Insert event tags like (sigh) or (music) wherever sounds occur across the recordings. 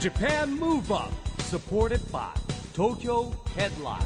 JAPAN MOVE UP SUPPORTED BY TOKYO HEADLINE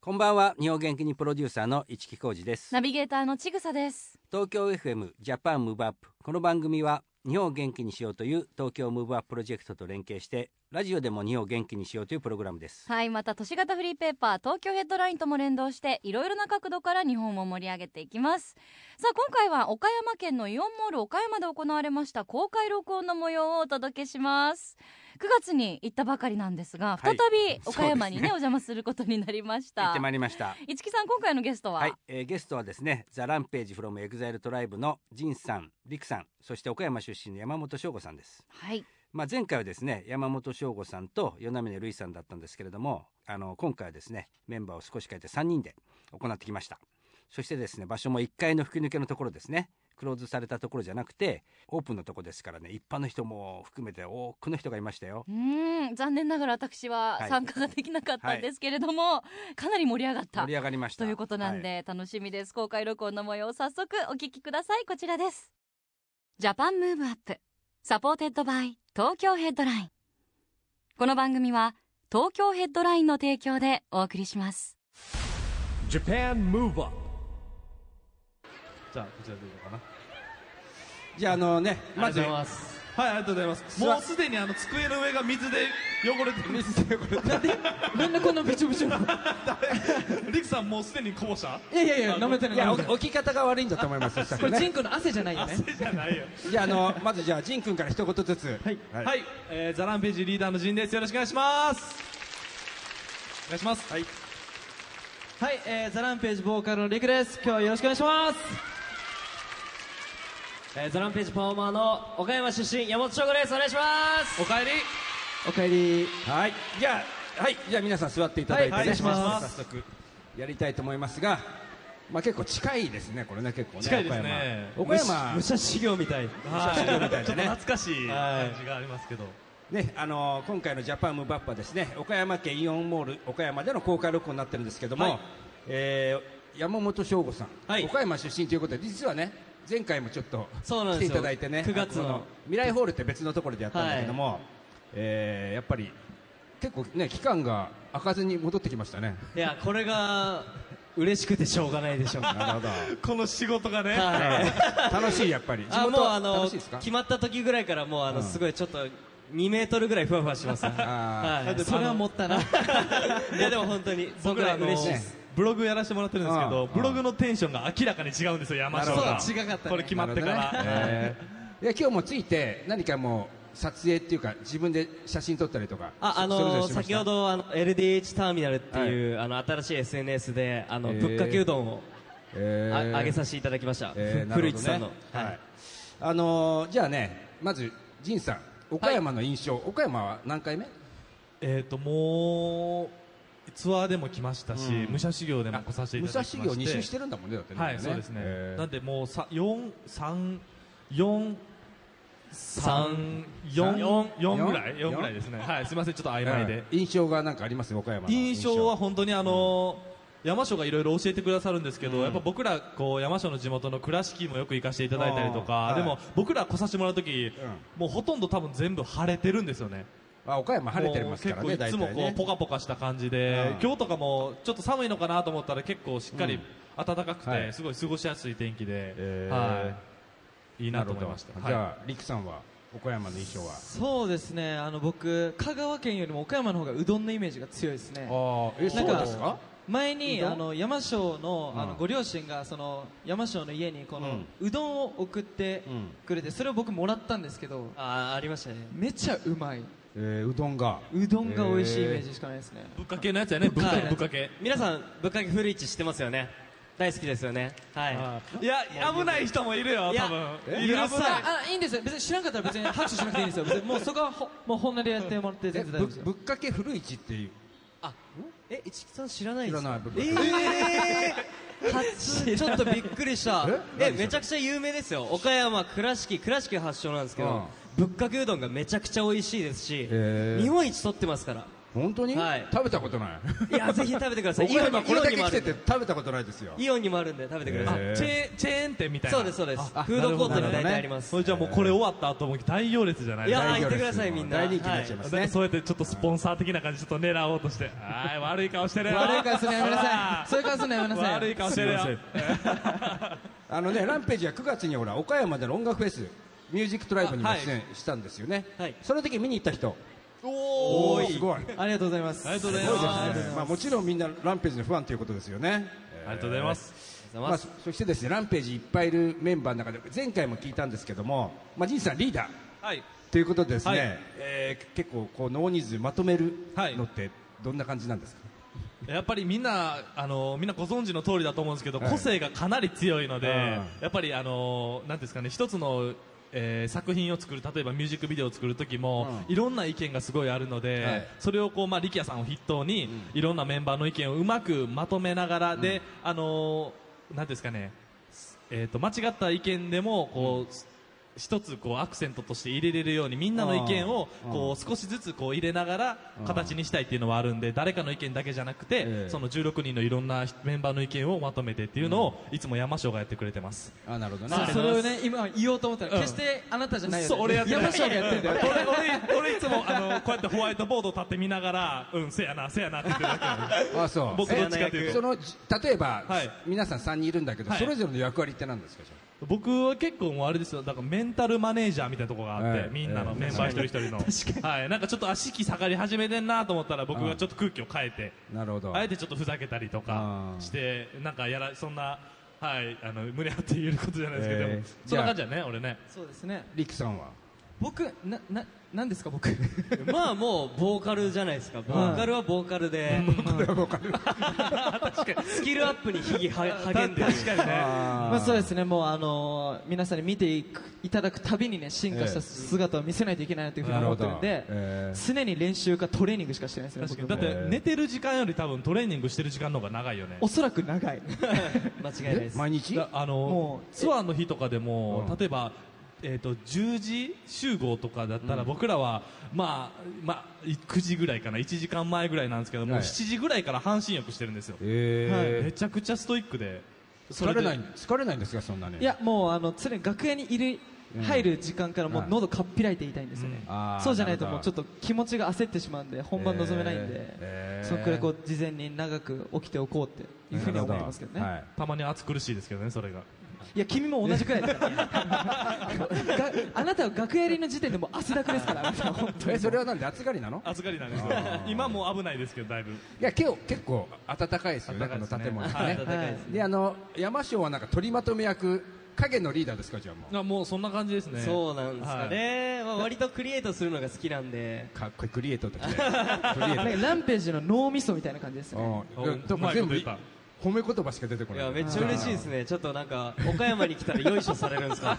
こんばんは日本元気にプロデューサーの市木浩司ですナビゲーターのちぐさです。東京 FM ジャパンムーブアップこの番組は日本を元気にしようという東京ムーブアッププロジェクトと連携してラジオでも日本を元気にしようというプログラムですはい、また都市型フリーペーパー東京ヘッドラインとも連動していろいろな角度から日本を盛り上げていきます。さあ、今回は岡山県のイオンモール岡山で行われました公開録音の模様をお届けします。9月に行ったばかりなんですが、は再いび岡山にねそうですねお邪魔することになりまし行ったて。まいりました一木さん、今回のゲストは、はい、えーゲストはですねザ・ランページ from エグザイルトライブのジンさんリクさんそして岡山出身の山本翔吾さんですはい、まあ前回はですね山本翔吾さんと与那嶺瑠衣さんだったんですけれどもあの今回はですねメンバーを少し変えて3人で行ってきましたそしてですね場所も1階の吹き抜けのところですねクローズされたところじゃなくてオープンのとこですからね一般の人も含めて多くの人がいましたようーん残念ながら私ははい参加ができなかったんですけれども、かなり盛り上がった盛り上がりましたということなんで、楽しみです公開録音の模様を早速お聞きくださいこちらですジャパンムーブアップサポーテッドバイ東京ヘッドラインこの番組は東京ヘッドラインの提供でお送りします JAPAN MOVE UP じゃあこちらでいいのかな。はいじゃああのねまずありがとうございます。はいありがとうございます。座もうすでにあの机の上が水で汚れてる。水で汚れてる。なんでこんなびちょびちょなのリクさんもうすでにこぼした？いやいやいや、舐めてないい。や舐おめてない置き方が悪いんだと思いますこれ、ジンクの汗じゃないよね。じゃないよ。じゃああのまずじゃあジン君から一言ずつはい、はい、えーザランページリーダーの陣です。よろしくお願いします。お願いします。はい。はい、えー、ザランページボーカルのリクです。今日はよろしくお願いします。えー、ザランページパフォーマーの岡山出身山本翔吾ですお願いしますお帰り。おかえり。はい、じゃあ、はい、じゃあ皆さん座っていただいて、ねはいはい早お願いします速やりたいと思いますが、まあ、結構近いですね、これね、結構ね、近いですね岡山、岡山者修行みたいはい。みちたょいっとなね懐かしい感じがありますけど。ねあのー今回のジャパンムーバップはですね、岡山県イオンモール岡山での公開録音になってるんですけども、はいえー山本翔吾さん、はい岡山出身ということで、実はね、前回もちょっとそうなん来でていすよただいてね、 9月のあ未来ホールって別のところでやったんだけども、えーやっぱり結構ね、期間が開かずに戻ってきましたね。いやこれが嬉しくてしょうがない (laughs) でしょうなるほどこの仕事がね。はい楽しいやっぱり地あも元うはあの楽しいですか決まった時ぐらいからもうあの、すごいちょっと2メートルぐらいふわふわしますあはいそれは持ったな。 (laughs) いやでも本当にそん僕ぐららあいの嬉しいです、ブログやらせてもらってるんですけうど、んブログのテンションが明らかに違うんですよ、山下なさるん。ほど違かったねこれ決まってから。なるほどねえーいや今日も着いて何かもう撮影っていうか自分で写真撮ったりとかああそれぞれのしました先ほどあの LDH ターミナルっていう、あの新しい SNS であの、えーぶっかけうどんをえあーあげさせていただきました、えーな古るほ市どねさんの、はい、はいあのーじゃあねまず仁さん岡山の印象、岡山は何回目えー、ともうツアーでも来ましたし、うん武者修行でも来させてい武ただ蔵き修まして行2周してるんだもんねだってねはいそうですね、えーなんでもうさ四三四三三四四四ぐらい四ぐらいですねはいすみませんちょっと曖昧で、うん印象が何かあります岡山の印象は本当にあの山椒がいろいろ教えてくださるんですけど、やっぱ僕らこう山椒の地元の倉敷もよく行かせていただいたりとあか、ーはいでも僕ら来させてもらう時、うもうほとんど多分全部晴れてるんですよねあ岡山晴れてますからもねう結構いつも大体こねうポカポカした感じで、うん今日とかもちょっと寒いのかなと思ったら結構しっかり暖かくて、はいすごい過ごしやすい天気で、えーはい、いいなと思いました。じはいゃあ、りくさんは岡山の印象はそうですね、あの、僕、香川県よりも岡山の方がうどんのイメージが強いですね。ああ、え、なんかそうですか前にうどんあの山椒のあうのんご両親がその山椒の家にこうのんうどんを送ってうんくれてそれを僕もらったんですけどあーありましたねめちゃうまいえーうどんが。うどんが美味しいイメージしかないですねぶっかけのやつやね、ぶっかはけ。いぶっかけ皆さんぶっかけ古市知ってますよね大好きですよねはいいや、危ない人もいるよ、いや多分。えいる許危さない。ああいいんですよ別に知らんかったら別に拍手しなくていいんですよ別にもうそこはほもう本音でやってもらってえ全然大丈ぶ夫ですぶよっかけ古市っていう。あえ市木さん知らない知でらすかないぶっかえけ。 (laughs) えー、初ちょっとびっくりしたえ何えそれめちゃくちゃ有名ですよ岡山倉敷倉敷発祥なんですけど、うんぶっかけうどんがめちゃくちゃ美味しいですし、へー日本一取ってますから本当に、はい食べたことないいやぜひ食べてください岡山イこオンれイオンだにけもあ来るててんで食べたことないですよイオンにもあるんで食べてくださへいーチェーンチェーン店みたいなそうですそうですあフードコートに大体ありますそれじゃあもうこれ終わった後も大行列じゃないいや大行ー行列ってくださいみんな大人気になっちゃいますなんねかそうやってちょっとスポンサー的な感じでちょっと狙おうとしてあー悪い顔してるよ悪い顔するのやめな (laughs) さいそういう顔するのやめなさい悪い顔してるよすいあのねランページは9月にほら岡山での音楽フェスミュージックトライブにもあはい出演したんですよね、はいその時見に行った人おおーーすごいありがとうございますありがとうございすごいでますすあねまあ、もちろんみんなランページのファンということですよね、りがとうございますまあ、そそしてですねランページいっぱいいるメンバーの中で前回も聞いたんですけども、まあ、ジンさんリーダーはいということでですね、はいえー結構こう大人数まとめるはいのってどんな感じなんですか、やっぱりみんな、あのみんなご存知の通りだと思うんですけど、はい個性がかなり強いので、うんやっぱり、あのなんていうんですかね、一つの、えー作品を作る、例えばミュージックビデオを作る時も、いろんな意見がすごいあるので、はいそれをこう、まあ、力也さんを筆頭に、いろんなメンバーの意見をうまくまとめながらで、あのなんていうんですかね、えー、と間違った意見でもこう、一つこうアクセントとして入れれるようにみんなの意見をこう少しずつこう入れながら形にしたいっていうのはあるんで誰かの意見だけじゃなくて、ええその16人のいろんなメンバーの意見をまとめてっていうのをいつも山椒がやってくれてます、あなるほどそうそれをね今言おうと思ったうらん決してあなたじゃないよそう俺やってない山椒がやってんだよ俺 (laughs) 俺俺いつもあのこうやってホワイトボード立って見ながらうんせやなせやなって言ってるだけなんであそう僕どっちかというえとそのじ例えば、はい皆さん3人いるんだけど、はいそれぞれの役割って何ですかじゃ (laughs) 僕は結構もうあれですよだからメンタルマネージャーみたいなところがあって、はいみんなのメンバー一人一人 (laughs) の、はい、なんかちょっと足気下がり始めてんなと思ったら僕がちょっと空気を変えて、あなるほどあえてちょっとふざけたりとかうんしてなんかやらそんな、はい、あの胸張って言えることじゃないですけど、えーでもそんな感じだね俺ねそうですねリクさんは僕なななんですか僕まあもうボーカルじゃないですかボーカルはボーカルで (laughs) スキルアップに日々は励んでる確かにねまあそうですねもうあのー皆さんに見ていくいただくたびにね進化した姿を見せないといけないなというふうに思ってるんなるでほどえー常に練習かトレーニングしかしてないですね確かに僕だもって寝てる時間より多分トレーニングしてる時間の方が長いよねおそらく (laughs) 長間い違いないです毎日だあのもうツアーの日とかでも、うん例えば、えー、と10時集合とかだったら、僕らは、まあまあ、い9時ぐらいかな1時間前ぐらいなんですけども、はい7時ぐらいから半身浴してるんですよ、えーめちゃくちゃストイックでそ疲でれない疲れないんですかそんなねいやもうあの常に楽屋にいるうん入る時間からもうはい喉かっぴらいていたいんですよね、うんあーそうじゃないとなるもほうちどょっと気持ちが焦ってしまうんで本番臨めないんで、えーえーそのくらいこう事前に長く起きておこうっていうふうには思いますけどね、、はいいたまに暑苦しいですけどねそれがや君も同じくらいですから、ね、 (laughs) があなたは楽屋入りの時点でもう汗だくですからあなたは本 (laughs) 当えにそれはなんで暑がりなの暑がりなんですよ今もう危ないですけどだいぶいや今日結構暖かいですよね暖かいですこねの建物ね、はい暖かいですであの山椒はなんか取りまとめ役影のリーダーですかじゃあもあもうそんな感じですねそうなんですかはいねまあ割とクリエイトするのが好きなんでうかっこいいクリエイトって来てクリエイトなんかランページの脳みそみたいな感じです (laughs) ねうんでうまもいこと全部言っいた褒め言葉しか出てこいないやめっちゃ嬉しいですねちょっとなんか岡山に来たらよいしょされるんですか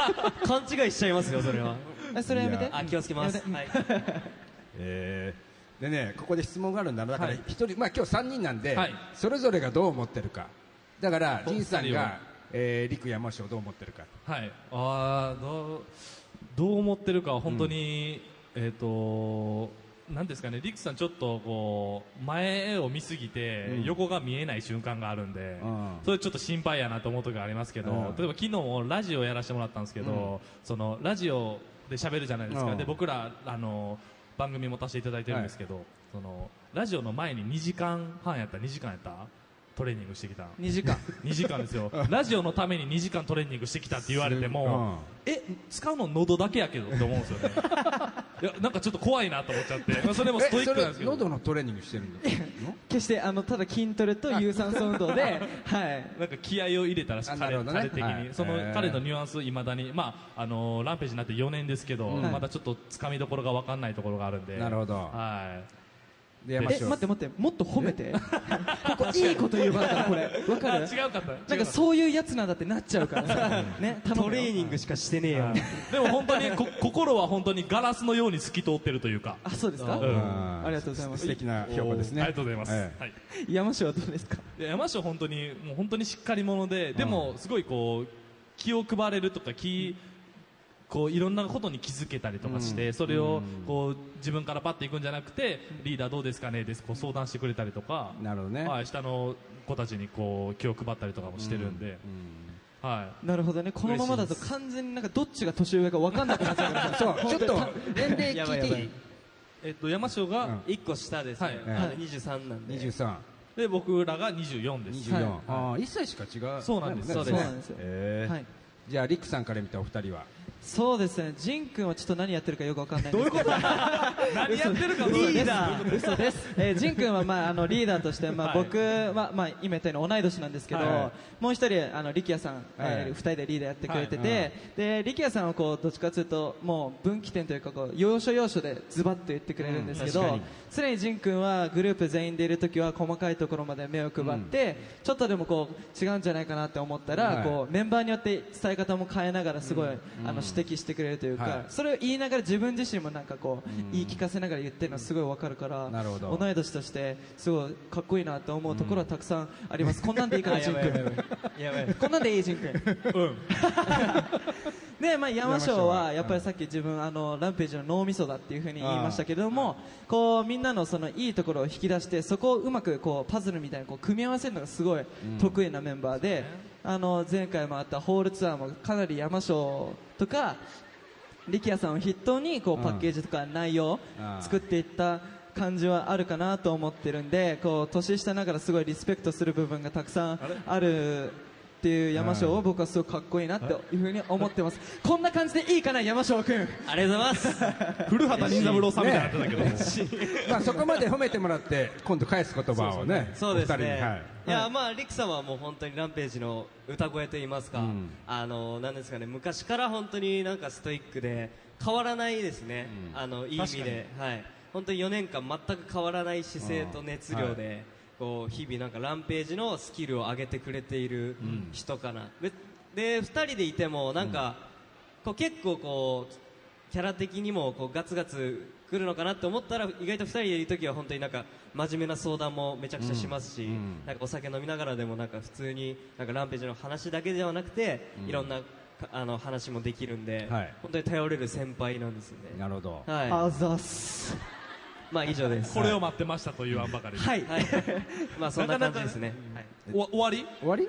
(laughs) 勘違いしちゃいますよそれはえそれやめいてやあ気をつけますやめてはいえーでねここで質問があるんだなだから一人、まあ今日3人なんで、はいそれぞれがどう思ってるかだからお仁さん二人がは、えー、陸山椒どう思ってるかはい、ああどうどう思ってるかは本当に、えっ、となんですかね、リクさんちょっとこう前を見すぎて、うん横が見えない瞬間があるんで、うんそれちょっと心配やなと思う時がありますけど、うん例えば昨日もラジオやらせてもらったんですけど、そのラジオで喋るじゃないですか、うんで僕らあの番組持たせていただいてるんですけど、そのラジオの前に2時間半やった2時間やったトレーニングしてきた2時 (laughs) 間2時間ですよラジオのために2時間トレーニングしてきたって言われても、え使うの喉だけやけどって思うんですよ (laughs) ねいやなんかちょっと怖いなと思っちゃって、まあ、それもストえイックそれなんですけど喉のトレーニングしてるの決してあのただ筋トレと有酸素運動ではいなんか気合を入れたらしあいな彼,、るほどね彼的に、はいそのへー彼のニュアンスいまだに、まああのーランページになって4年ですけど、うんまだちょっとつかみどころが分かんないところがあるんでなるほどはいで山え椒待って待ってもっと褒めてここいいこと言うからこれわかある違うかったなんかそういうやつなんだってなっちゃうからさねトレーニングしかしてねえよでも本当にこ (laughs) 心は本当にガラスのように透き通ってるというか、あそうですかうんんありがとうございます素敵な評価ですねありがとうございます、ええはい山椒はどうですかいや山椒本当にもう本当にしっかり者ででもすごいこう気を配れるとか気、こういろんなことに気づけたりとかして、それをこう自分からパッていくんじゃなくてリーダーどうですかねですこう相談してくれたりとか、なるほどね、はい、下の子たちにこう気を配ったりとかもしてるんで、はなるほどねこのままだと完全になんかどっちが年上か分かんなくなっちゃうから (laughs) そうちょっと年齢や聞ばいいやばいていいいえっと、山椒が、うん一個下ですはいね。あの23なんで。 2324、で僕らが24ですはいああ1歳しか違うそうなんですもんねそうなんですよへーはいじゃあリクさんから見たお二人はそうですねジン君はちょっと何やってるかよく分かんないんですけど何やってるかリーダー嘘です、えー、ジン君は、まあ、あのリーダーとして、まあ、はい僕は、まあ、今言ったように同い年なんですけど、はもう一人あの力也さん、はえいー二人でリーダーやってくれてて、で力也さんはこうどっちかというともう分岐点というかこう要所要所でズバッと言ってくれるんですけど、常にジン君はグループ全員でいる時は細かいところまで目を配って、ちょっとでもこう違うんじゃないかなって思ったら、はいこうメンバーによって伝え方も変えながらすごい、あの指摘してくれるというか、はいそれを言いながら自分自身もなんかこう、言い聞かせながら言ってるのはすごいわかるから、なるほど同い年としてすごいかっこいいなと思うところはたくさんあります、こんなんでいいかな、ジン君やばい。こんなんでいい、ジン君うん (laughs) で、まあ、山椒はやっぱりさっき自分、あのランページの脳みそだっていうふうに言いましたけども、こうみんなのそのいいところを引き出してそこをうまくこうパズルみたいにこう組み合わせるのがすごい得意なメンバーで、あの前回もあったホールツアーもかなり山椒とか力也さんを筆頭にこうパッケージとか内容を作っていった感じはあるかなと思ってるんでこう年下ながらすごいリスペクトする部分がたくさんあるっていう山椒を僕はすごくかっこいいなっていうふうに思ってますこんな感じでいいかな山椒君ありがとうございます。古畑任三郎さんみたいになってたけど、まあそこまで褒めてもらっ (laughs) て今度返す言葉をねそうですお二人にはねい。いや、まあ、リクさんはもう本当にランページの歌声といいますか、あの、なんですかね、昔から本当になんかストイックで、変わらないですね。あの、いい意味で、はい。本当に4年間全く変わらない姿勢と熱量で、こう、日々なんかランページのスキルを上げてくれている人かな。でで、2人でいても、なんか、こう結構こう、キャラ的にもこうガツガツ来るのかなって思ったら意外と2人でいる時は本当になんか真面目な相談もめちゃくちゃしますし、なんかお酒飲みながらでもなんか普通になんかランページの話だけではなくて、いろんなかあの話もできるんで、はい本当に頼れる先輩なんですよね。なるほどはあざっすい、まあ以上です。これを待ってましたと言わんばかりで、はい、 (laughs) はい、まあそんな感じですね。はいお終わり終わり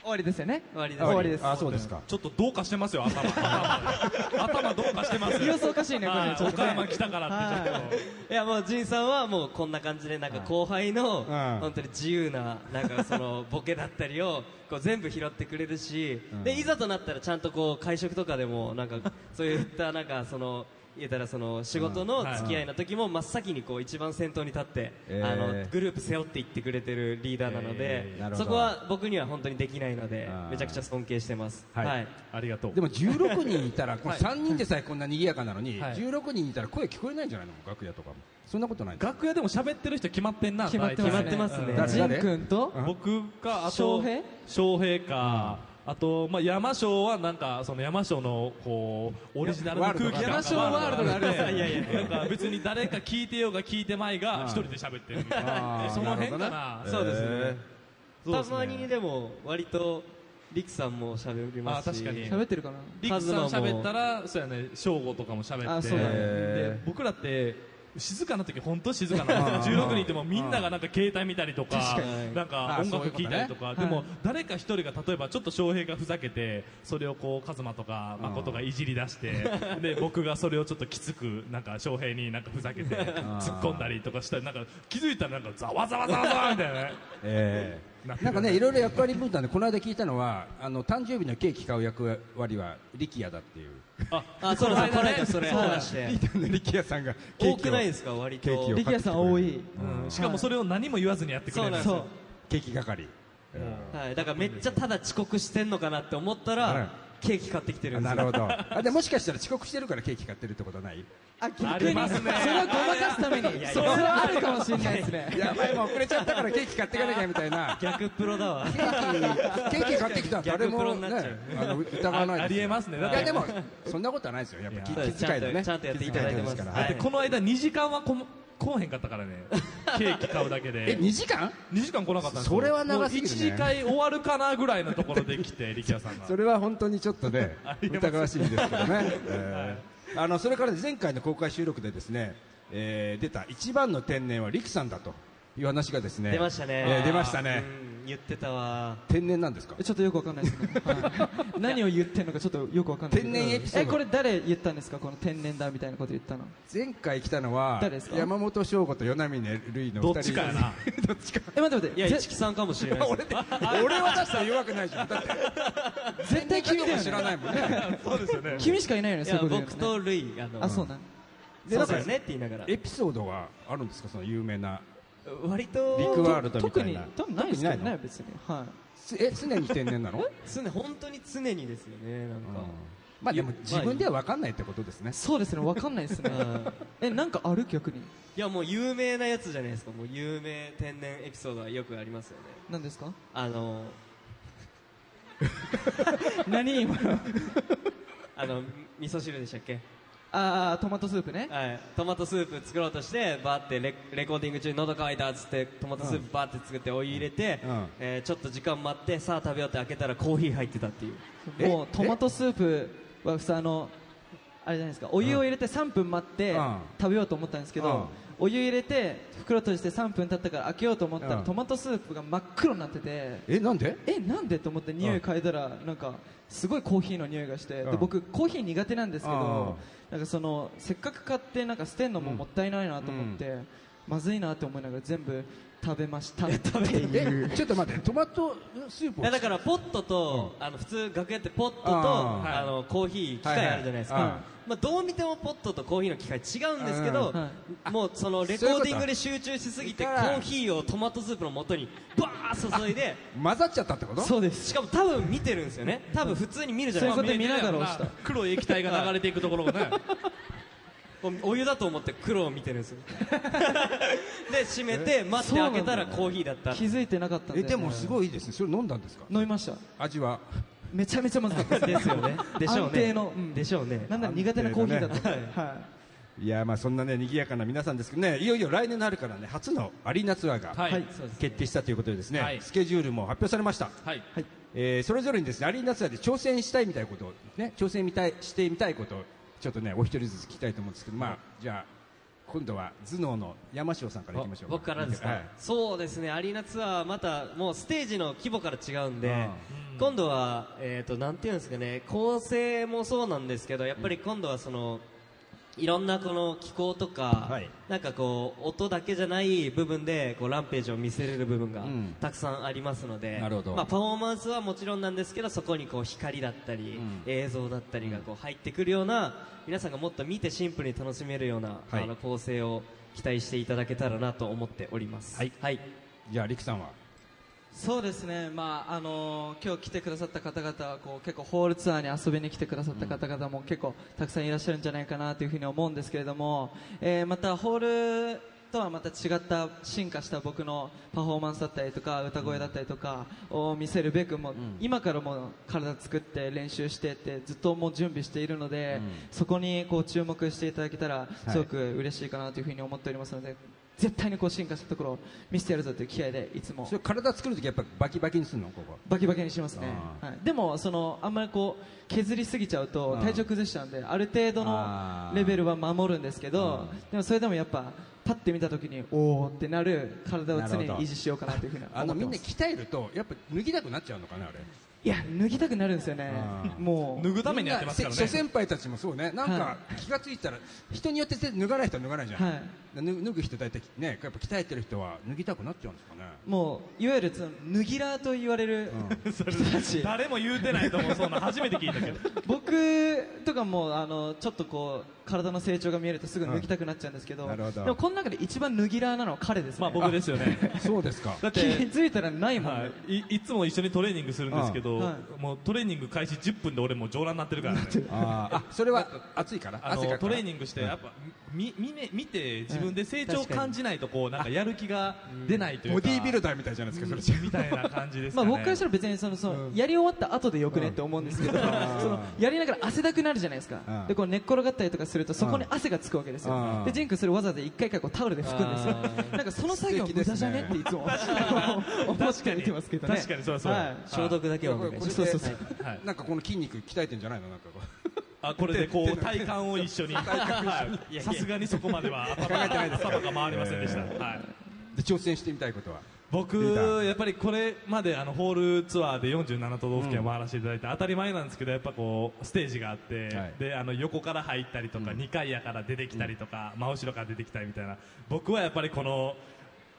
終わりですよね終わりです。終わりですあそうですかちょっとどうかしてますよ、頭、頭で頭どうかしてます様子おかしいねこれはねちょっ岡とね山来たからって、ちょっと。いやもう仁さんはもうこんな感じでなんか後輩うのん本当に自由ななんかそのボケだったりを (laughs) こう全部拾ってくれるしでいざとなったらちゃんとこう会食とかでもなんかそういったなんかその言えたらその仕事の付き合いの時も真っ先にこう一番先頭に立ってえーあのグループ背負っていってくれてるリーダーなのでえーなるほどそこは僕には本当にできないのであーめちゃくちゃ尊敬してます。ははいいありがとうで。も16人いたらこのはい3人でさえこんなにぎやかなのにはい16人いたら声聞こえないんじゃないの楽屋とかもそんなことない楽屋でも喋ってる人決まってんな、決まってますね決まってますね誰ジン君とうん僕か、あと、翔平翔平か、あと、まあ、山椒はなんか、その山椒の、こう、オリジナルのワールド空が気山椒ワールドがあるいやいやいや、なんか別に誰か聞いてようが聞いてまいが、一人で喋ってるみたあいな。ーその辺かなな。るほどねそうですねへそうたですねまにでも割とリクさんも喋りますしあ確かに喋ってるかなリクさん喋ったら、そうやね、翔吾とかも喋あって、そうだねで僕らって、静かな時本当静かなんですよ16人いてもみんながなんか携帯見たりとかなんかあ音そうい楽うこと聴ねいたりとかでも誰か一人が例えばちょっと翔平がふざけてそれをこうカズマとか誠がいじり出してで僕がそれをちょっときつくなんか翔平になんかふざけて突っ込んだりとかしたらなんか気づいたらなんかざわざわざわざわみたいなねええなんかねいろいろ役割分担でこの間聞いたのはあの誕生日のケーキ買う役割は力也だっていうあ、そうなんですよ。この間それそうだ話して。力也さんがケー多キくをないですか割とケーキを力也さん多いうんしかもそれを何も言わずにやってくれるんですよそうなんでケーキ係はい、だからめっちゃただ遅刻してんのかなって思ったら、はいケーキ買ってきてるあんですなよるほどあでもしかしたら遅刻してるからケーキ買ってるってことはないあ逆あにりますねそれをごまかすためにやいやそれはあるかもしれないですねやばいもう遅れちゃったからケーキ買っていかなきゃみたいな逆プロだわケーキケーキ買ってきたら誰逆プもロになっちゃうねあの疑わないあありえますねいだってやでもそんなことはないですよやっぱ気そうです気遣いでねちゃんとちゃんとやっていただいてます気遣いですからだってこの間2時間はこも来へんかったから (laughs) ねケーキ買うだけえで2時間2時間来なかったんですよそれは長すぎるねもう1時間終わるかなぐらいのところで (laughs) 来て力也さんがそれは本当にちょっとねありえます疑わしいんですけどね、えーあのそれからね前回の公開収録でですね、えー出た一番の天然は陸さんだという話がですね出ましたね、えー出ましたねうん言ってたわ天然なんですかちょっとよくわかんないですね、 (laughs) はい何を言ってんのかちょっとよくわかんないけ天ど然エピソードえこれ誰言ったんですかこの天然だみたいなこと言ったの前回来たのは誰ですか山本翔吾と与那峰類の2人どっちかやなどっちかえ待って待っていやぜ市木さんかもしれ (laughs) ないです (laughs) 俺で俺はだって弱くないじゃんだって絶対君だよ知らねないもんねそうですよね君しかいないよねいそういうやこと言うの僕とルイあのあそうなのそうだよねって言いながらエピソードはあるんですかその有名な割とリクワールドみたいな特に多分ないですけど特にないのね別にはいつえ常に天然 (laughs) なの、常本当に常にですよねなんか、まあでも自分では分かんないってことですねそうですねわかん (laughs) ないですねうんえなんかある逆にいやもう有名なやつじゃないですかもう有名天然エピソードはよくありますよね何ですかあの何今 (laughs) のあの味噌汁でしたっけああトマトスープねはい、トマトスープ作ろうとしてバーってレレコーディング中に喉乾いたっつってトマトスープバーって作ってお湯入れて、うんえーちょっと時間待ってさあ食べようって開けたらコーヒー入ってたっていうえもうトマトスープはさあのあれじゃないですかお湯を入れて3分待ってうん食べようと思ったんですけうんどお湯入れて袋閉じて3分経ったから開けようと思ったらうんトマトスープが真っ黒になっててえなんでえなんでと思って匂い嗅いだらなんかすごいコーヒーの匂いがしてうんで僕コーヒー苦手なんですけあどなんかそのせっかく買ってなんか捨てるのももったいないなと思ってまずいなって思いながら全部食べました食べえちょっと待ってトマトスープいをやだからポットと、あの普通楽屋ってポットとああーのコーヒー機械あるじゃないですか、はいはいはいまあ、どう見てもポットとコーヒーの機械違うんですけど、うんはもうそのレコーディングで集中しすぎてそコういうことーヒーをトマトスープの元にバー注いで混ざっちゃったってことそうですしかも多分見てるんですよね多分普通に見るじゃそうないいうですかこと見ながら押した (laughs) 黒い液体が流れていくところが (laughs) ねこうお湯だと思って黒を見てるんですよで閉めて待ってそう開なんだけたらコーヒーだった気づいてなかったんでえでもすごいいいですねそれ飲んだんですか飲みました味はめちゃめちゃまずかったでですすよねでしょうね安定の、うんでしょうねなんだ苦手なコーヒーだったんで、安定のねいやまあそんなね賑やかな皆さんですけどねいよいよ来年の春からね初のアリーナツアーがはいはい決定したということでですね、はいスケジュールも発表されました、はいえーそれぞれにですねアリーナツアーで挑戦したいみたいなことをね挑戦みたいしてみたいことをちょっとねお一人ずつ聞きたいと思うんですけどまあじゃあ今度は頭脳の山椒さんからいきましょう僕からですか、はいそうですねアリーナツアーまたもうステージの規模から違うんで、うん今度は、えー、となんていうんですかね構成もそうなんですけどやっぱり今度はその、いろんなこの気候とか、はいなんかこう音だけじゃない部分でこうランページを見せれる部分がうんたくさんありますので、なるほどまあ、パフォーマンスはもちろんなんですけどそこにこう光だったり、ん映像だったりがこう入ってくるような皆さんがもっと見てシンプルに楽しめるような、はいあの構成を期待していただけたらなと思っております。はいはい、じゃあ陸さんはそうですね、まああのー今日来てくださった方々はこう結構ホールツアーに遊びに来てくださった方々も結構たくさんいらっしゃるんじゃないかなというふうに思うんですけれども、えーまたホールとはまた違った進化した僕のパフォーマンスだったりとか歌声だったりとかを見せるべくも、今からもう体作って練習してってずっともう準備しているので、そこにこう注目していただけたらいすごく嬉しいかなというふうに思っておりますので、絶対にこう進化したところを見せてやるぞという気合でいつもそれ体作るときやっぱバキバキにするのここバキバキにしますねあ、はい、でもそのあんまりこう削りすぎちゃうと体調崩しちゃうんである程度あのーレベルは守るんですけどでもそれでもやっぱパッて見た時におおってなる体をなる常ほにど維持しようかなというふうにあ思のってみんまなす鍛えるとやっぱ脱ぎたくなっちゃうのかなあれいや脱ぎたくなるんですよねあーも脱うぐためにやってますからみんなねせ諸先輩たちもそうねなんはか気がついたら人によって脱がない人は脱がないじゃん、はい脱脱ぐ人大体ねやっぱ鍛えてる人は脱ぎたくなっちゃうんですかねもういわゆるその脱ぎらーと言われる人たち誰も言うてないと思うそんな初めて聞いたけ (laughs) ど僕とかもあのちょっとこう体の成長が見えるとすぐ脱ぎたくなっちゃうんですけど,、うんなるほどでもこの中で一番脱ぎらーなのは彼ですね、まあ僕ですよねそうですか (laughs) だっ気てづいたらないもんね、はい、いいつも一緒にトレーニングするんですけど、うんはもうトレーニング開始10分で俺もう上覧になって (laughs) るからねあーあそれは暑いからあ汗かのくかトらレーニングしてやっぱみ見,、ね、見て自分で成長を確かに感じないとこうなんかやる気が出ないというボかディービルダーみたいじゃないですか、それみたいな感じですまかあね僕からしたら別にそのそのやり終わった後でよくねって思うんですけど、そのやりながら汗だくなるじゃないですか、うんでこう寝っ転がったりとかすするとそこに汗がつくわけですうよんでジンクそれわざわざ一回一回こうタオルで拭くんですよなんかその作業無駄じゃねっていつも (laughs) 思って見てますけどね確かにそうだそうだはい消毒だけはお願いしこまれすそうそうそうはいなんかこの筋肉鍛えてんじゃないのなんかこうあこれでこう体幹を一 (laughs) 緒にはいさすがにそこまでは頭 (laughs) が頭が回りませんでした、はいで挑戦してみたいことは僕リーダーやっぱりこれまであのホールツアーで47都道府県を回らせていただいて、当たり前なんですけどやっぱこうステージがあって、はいであの横から入ったりとか、2階やから出てきたりとか、真後ろから出てきたりみたいな僕はやっぱりこの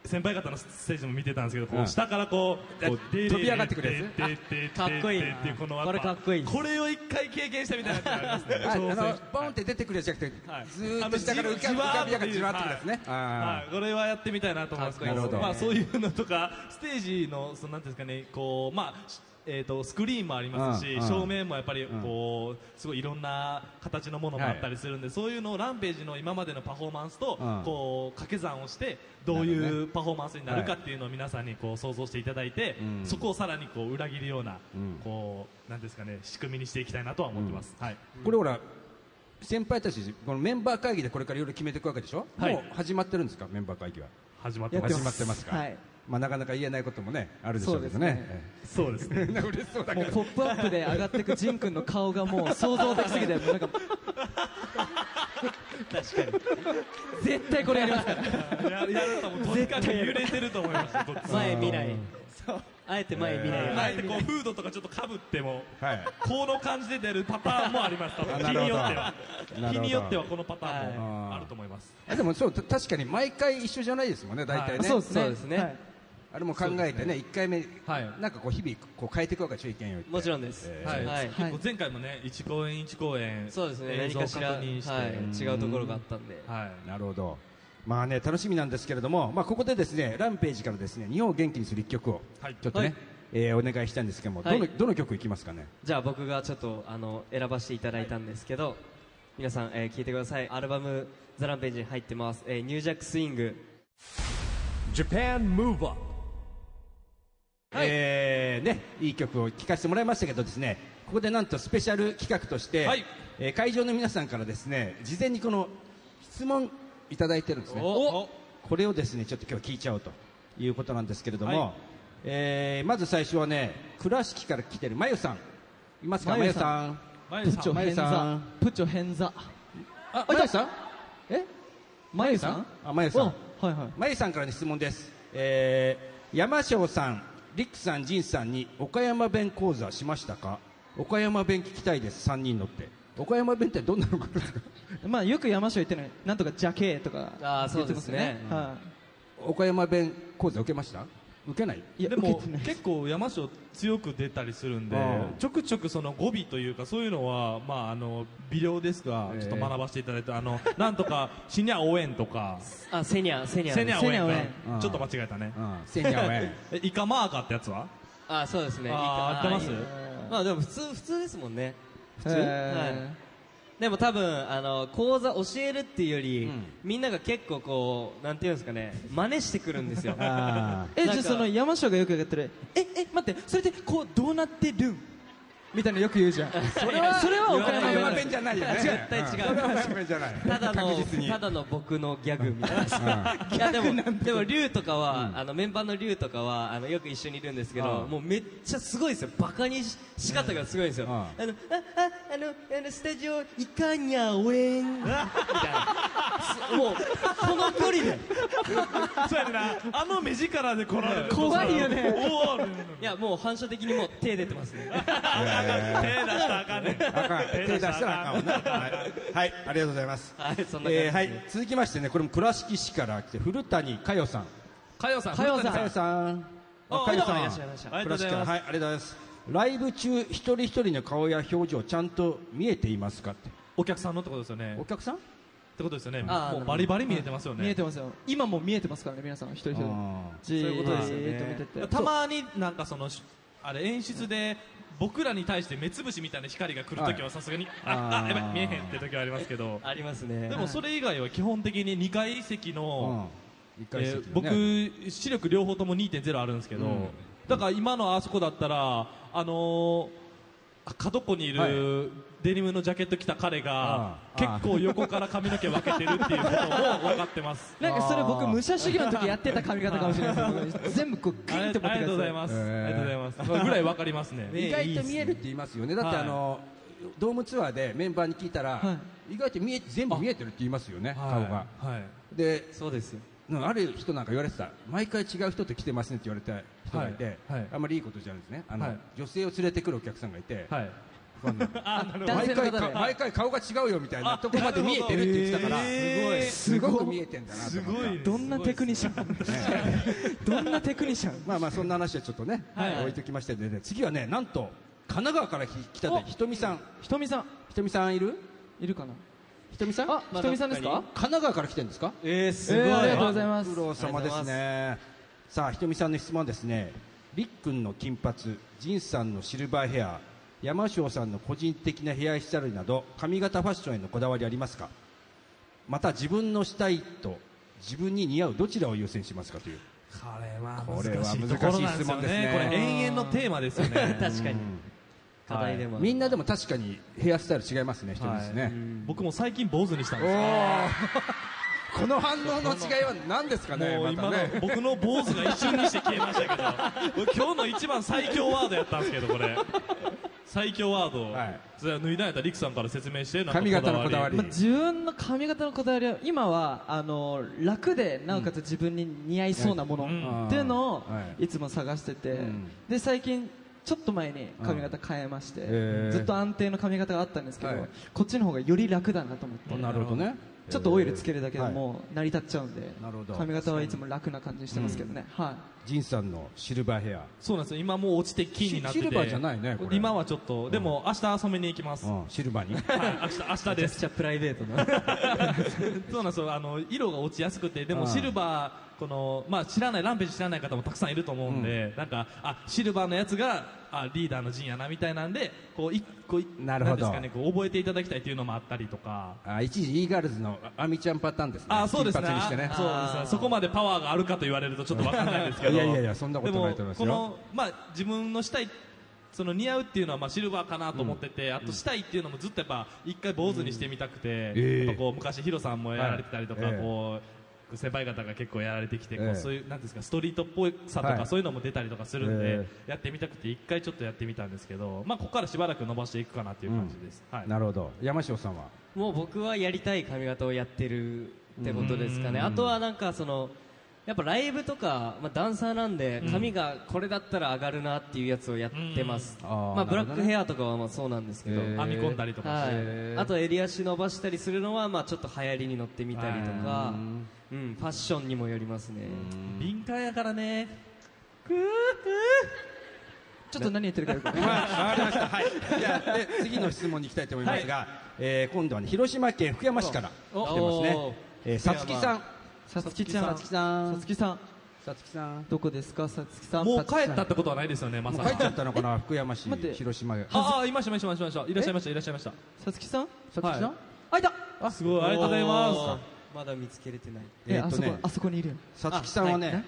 先輩方のステージも見てたんですけど、こうんう下からこうこうで飛び上がってくるやつでででかっこいいなででっていうこのこれかっこいいですこれを一回経験したみたいなってありますね (laughs) ああの挑戦ボンって出てくるやつじゃなくてはいずーっと下から浮か浮かび上がってじわーっとくるやつねはあい、これはやってみたいなと思うんですけなどるほどまあ、そういうのとかステージのそのなんていうんですかねこう、まあしえー、とスクリーンもありますし、うんうん照明もやっぱりこう、すごいいろんな形のものもあったりするんで、そういうのをランページの今までのパフォーマンスうと、んこう掛け算をしてどうなるほいうパフォーマンスになるかっていうのを皆さんにこう想像していただいて、うんそこをさらにこう裏切るような、うんこうなんですかね仕組みにしていきたいなとは思ってます。はいーこれほら先輩たちこのメンバー会議でこれからいろいろ決めていくわけでしょはいもう始まってるんですかメンバー会議は始まってやまってすます始まってますかはいまあなかなか言えないこともねあるでしょうけどねそうですねえそうですねえ (laughs) なんか嬉しそうだもけうどポップアップで上がってくジン君の顔がもう想像できすぎて、もうなんか。絶対これやりますから。ややるともうとにかく揺れてると思いますこっち前未来そうあえて前未来あえてこうフードとかちょっとかぶっても、はいこの感じで出るパターンもあります多分あ日なるにほどよってなはるほど日によってはこのパターンはもいあると思いますあでもそうた確かに毎回一緒じゃないですもんね大体ね、そうですね。そうですねはいあれも考えてね一回目、はいなんかこう日々こう変えていくわけでしょ意見をもちろんんですえはい、はい結構前回もね1公演1公演そうですね映何像をかし確らはい認して、違うところがあったんではいなるほどまあね楽しみなんですけれどもまあここでですねランページからですね日本を元気にする一曲を、はいちょっとね、はいえーお願いしたいんですけども、はいどのどの曲いきますかねじゃあ僕がちょっとあの選ばせていただいたんですけど、皆さん、えー聞いてくださいアルバム「ザランページに入ってます、えーニュージャックスイング Japan Move Up えーね、いい曲を聴かせてもらいましたけどですねここでなんとスペシャル企画として、はいえー会場の皆さんからですね事前にこの質問いただいてるんですねおこれをですねちょっと今日聞いちゃおうということなんですけれども、はいえーまず最初はね倉敷から来てるまゆさんいますかままゆゆさんさんまゆプさチョんまゆ変さ座ん。プチョ変座。あまゆさんえまゆさん。あまゆさんおはいはい。まゆさんからの質問です、えー山椒さん、リックさん、ジンさんに岡山弁講座しましたか岡山弁聞きたいです、3人乗って岡山弁ってどんなのかなまあ、よく山椒言ってない、なんとかジャケとか。あーそうですね言ってますは (laughs) 岡山弁講座受けました受けないい。いや、で受けもてない結構山椒強く出たりするんでうんちょくちょくその語尾というかそういうのはまああの微量ですがええちょっと学ばせていただいてあのなんとか「シニャ応援」とかあセニャセニャセニャ応援セニャ応援かちょっと間違えたねうん、せんやわええイカマーカーってやつはあそうですねあーいい合ってかまあまあでも普通普通ですもんね普通はでも多分あの講座教えるっていうより、うんみんなが結構こうなんていうんですかね真似してくるんですよあい。え、じなゃんかあ、その山椒がよくやってる。 (laughs) え、え、待って、それで、こう、どうなってるん。みたいなのよく言うじゃん。それは、それはー岡岡山弁山弁じゃないよね絶対違うそれは岡山弁じゃないただの確実にただの僕のギャグみたいなう (laughs) いやでも、でも、龍とかは、あの、メンバーの龍とかは、あの、よく一緒にいるんですけど、うんもうめっちゃすごいですよ。バカにし、仕方がすごいんですよ。うんあの、あ、あ、あの、あの、スタジオ、いかにゃおえん。みたい (laughs) な。すもう、この距離で。そうやねんなあの目力で来られる怖いよねおお手いや、もう反射的にもう手出てますね。出したらあかんねんあかん手出したらあかんもんなはいはいありがとうございますはい、そんな感じえでーす、はい、続きましてねこれも倉敷市から来て古谷佳代さんかよさんかよさんかよさんあかよどうさもんいらっしゃいましたありがとうございますははいありがとうございますライブ中一人一人の顔や表情ちゃんと見えていますかってお客さんのってことですよねお客さんってことですよねあーもうバリバリ見えてますよ見えねてますよ。今も見えてますからね、皆さん、一人一人。あじーそういうことですよねっと見てて。たまになんかそのしあれ演出で僕らに対して目つぶしみたいな光が来るときはさすがにああーあやばい見えへんって時はありますけどありますね。でもそれ以外は基本的に2階ー席うんの、一回え席ーね僕視力両方とも2.0あるんですけど、うんだから今のあそこだったらあのー角っこにいる、はいデニムのジャケット着た彼があ結あ構横から髪の毛分けてるっていうことも分かってます (laughs) なんかそれあ僕ー武者修行の時やってた髪型かもしれないです僕全部こうグあイれンって持あってりがとうございすます、へーありがとうございますそれぐらい分かりますね意外と見えるって言いますよね。だってはいあの、ドームツアーでメンバーに聞いたら、は意外と見え全部見えてるって言いますよね、顔が。はいで、そうですようんある人なんか言われてた毎回違う人と来てますねって言われた人がいて、はいはいあんまりいいことじゃないですねあの、はい女性を連れてくるお客さんがいて、はい、ファンのあなるほど男毎性の回方でか毎回顔が違うよみたいなとこまで見えてるって言ってたから、えーすごいすごく見えてんだなとす思っごたいねどんなテクニシャンどんなテクニシャンまあまあそんな話はちょっとね、はい置いときましてで、ね、次はねなんと神奈川からき来たねおひとみさんひとみさんひとみさんいるいるかなひとみさんあひとみさんですか神奈川から来てるんですかえー、すえごい、ーありがとうございます苦労様ですねさあひとみさんの質問ですねりっくんの金髪仁さんのシルバーヘア山椒さんの個人的なヘアスタイルなど髪型ファッションへのこだわりありますかまた自分のしたいと自分に似合うどちらを優先しますかというこれはこれは難しいところなん難しですよい質問ですねねこれ延々のテーマです (laughs) よね確かに課題でもあるみんなでも確かにヘアスタイル違いますねひとみですね、僕も最近坊主にしたんおですよー (laughs) この反応の違いは何ですかねもうま今たねの僕の坊主が一瞬にして消えましたけど (laughs) 僕今日の一番最強ワードやったんですけどこれ最強ワード、はいそれは脱いだんやったらリクさんから説明してなんか髪型のこだわりまあ、自分の髪型のこだわりは今はあの楽でなおかつ自分に似合いそうなもの、んっていうのをはいいつも探してて、んで最近ちょっと前に髪型変えまして、へーずっと安定の髪型があったんですけど、はいこっちの方がより楽だなと思って、なるほどねちょっとオイルつけるだけではいもう成り立っちゃうんで、なるほど髪型はいつも楽な感じにしてますけどね、はい仁さんのシルバーヘアそうなんですよ今もう落ちて金になっててシシルバーじゃないねこれ今はちょっとでも明日遊びに行きます、うんシルバ (laughs) ーにはい明日明日ですじゃあプライベートな (laughs) そうなんですよあの色が落ちやすくてでうもんシルバーこの、まあ、知らないランページ知らない方もたくさんいると思うんで、なんかあシルバーのやつがあリーダーの陣やなみたいなんでこう一個一個なるほどんですかねこう覚えていただきたいっていうのもあったりとか。あ一時 e ガールズのあアミちゃんパターンですねあそうですね金髪にしてねあそうですねそこまでパワーがあるかと言われるとちょっとわかんないですけどいやいやいやそんなことないと思いますよでもこの、まあ、自分のしたいその似合うっていうのはまあシルバーかなと思ってて、あとしたいっていうのもずっとやっぱ一回坊主にしてみたくて、ええやっぱこう昔ヒロさんもやられてたりとか、はいええこう先輩方が結構やられてきて、こええうそういうなんていうんですかストリートっぽさとはかいそういうのも出たりとかするんで、えやってみたくて一回ちょっとやってみたんですけど、まあここからしばらく伸ばしていくかなっていう感じです。はい。なるほど山椒さんはもう僕はやりたい髪型をやってるってことですかねあとはなんかそのやっぱライブとか、まあ、ダンサーなんで髪がこれだったら上がるなっていうやつをやってます、うんあーまなあ、ブるほどねラックヘアとかはまあそうなんですけど、へー編み込んだりとかして、はい、あと襟足伸ばしたりするのはまあちょっと流行りに乗ってみたりとか、うん、ファッションにもよりますね敏感やからね。ちょっと何言ってるかよくわかん (laughs) ないわかりましたはいじゃあで次の質問に行きたいと思いますが、えー今度はね広島県福山市からお来てますねおえーさつきさんさつきちゃんさつきさんさつきさんさつきさんどこですかさつきさんもさうつきさん帰ったってことはないですよね、まさもうか。帰っちゃったのかな福山市待って広島ああ、いました、いました、いました。いらっしゃいました、いらっしゃいました。さつきさんさつきさんあいたあ、すごい、ありがとうございます。すまだ見つけれてないええーっあとそこねあそこにいるよさつきさんはね、あはい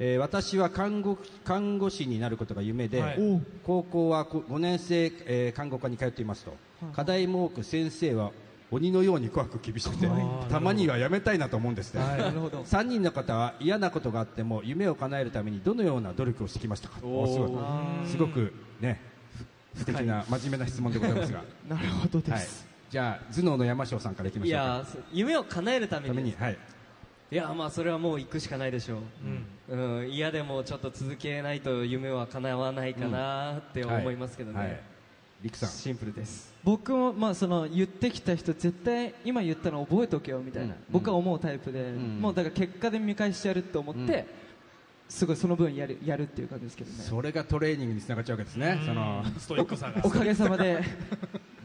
えー私は看護看護師になることが夢で、はいおう高校はこ5年生、えー看護科に通っていますと、課題も多く先生は鬼のように怖く厳しくてたまにはやめたいなと思うんですね、はいなるほど3人の方は嫌なことがあっても夢を叶えるためにどのような努力をしてきましたかおすごいすごくね素敵な真面目な質問でございますが、なるほどではいす、、じゃあ頭脳の山椒さんからいきまいしょうやかーそう夢を叶えるためためにに、はい、いやまあそれはもう行くしかないでしょう、うん嫌でもちょっと続けないと夢は叶わないかなって思いますけどね、はいはいりくさんシンプルです僕もまあその言ってきた人絶対今言ったの覚えておけよみたいな、うん僕は思うタイプで、んもうだから結果で見返してやると思って、すごいその分やるやるっていう感じですけどねそれがトレーニングにつながっちゃうわけですねそのストイックさがお。かげさまで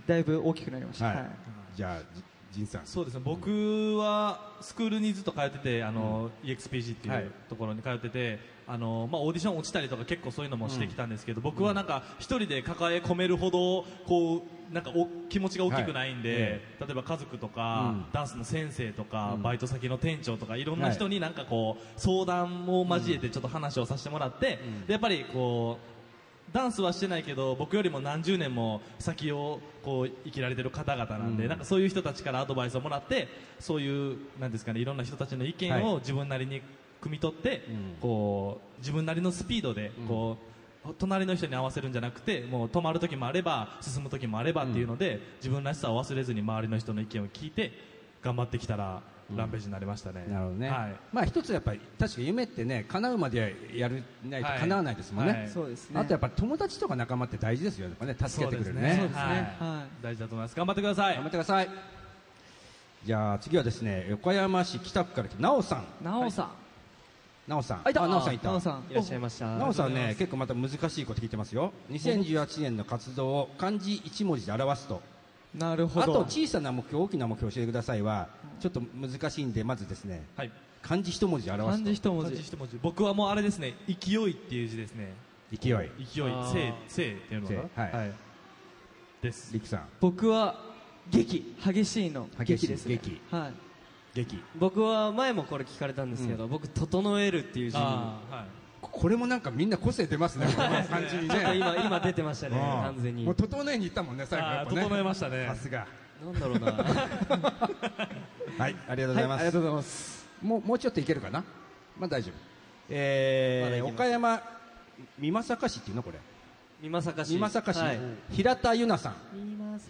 だいぶ大きくなりました、は、はいいじゃあじ仁さんそうですね、僕はスクールにずっと通ってて、あの、EXPG っていはいうところに通ってて、あの、まあ、オーディション落ちたりとか結構そういうのもしてきたんですけど、僕はなんか一人で抱え込めるほど、こう、なんかお気持ちが大きくないんはいで、例えば家族とか、うんダンスの先生とか、うんバイト先の店長とかいろんな人になんかこう相談を交えてちょっと話をさせてもらって、でやっぱりこうダンスはしてないけど僕よりも何十年も先をこう生きられてる方々なんで、なんかそういう人たちからアドバイスをもらってそういうなんですかねいろんな人たちの意見を自分なりに汲み取って、こう自分なりのスピードでこう、隣の人に合わせるんじゃなくてもう止まる時もあれば進む時もあればっていうので、自分らしさを忘れずに周りの人の意見を聞いて頑張ってきたら、ランページになりましたね。なるほどね、はいまあ一つやっぱり確か夢ってね叶うまではやるないとはい叶わないですもんね、はいそうですねあとやっぱり友達とか仲間って大事ですよねやっぱね助けてくれるねそうですねはいはい、大事だと思います頑張ってください頑張ってくださいじゃあ次はですね横山市北区から来たなおさんなおさん、なおさんあいたなおさんいたなおさんいらっしゃいましたなおさんね結構また難しいこと聞いてますよ2018年の活動を漢字一文字で表すとなるほあどと小さな目標大きな目標教えてくださいはちょっと難しいんでまずですねはい漢字一文字で表漢すと字一文漢字字一文字僕はもうあれですね勢いっていう字ですね勢い勢いあー勢勢っていうのかな勢はいですリクさん僕は劇激しいの激しい劇ですね劇はい劇僕は前もこれ聞かれたんですけど、僕「整える」っていう字にあーはいこれもなんかみんな個性出ますねこの感じにちょっとね今今出てましたねうん完全にもう整えに行ったもんね最後やっぱねあー整えましたねさすがなんだろうな (laughs) はいありがとうごはざいいまありすがとうございますもうもうちょっといけるかなまあ大丈夫まだえーいけます岡山美作市っていうのこれ美まさかし美作市はい平田ゆなさん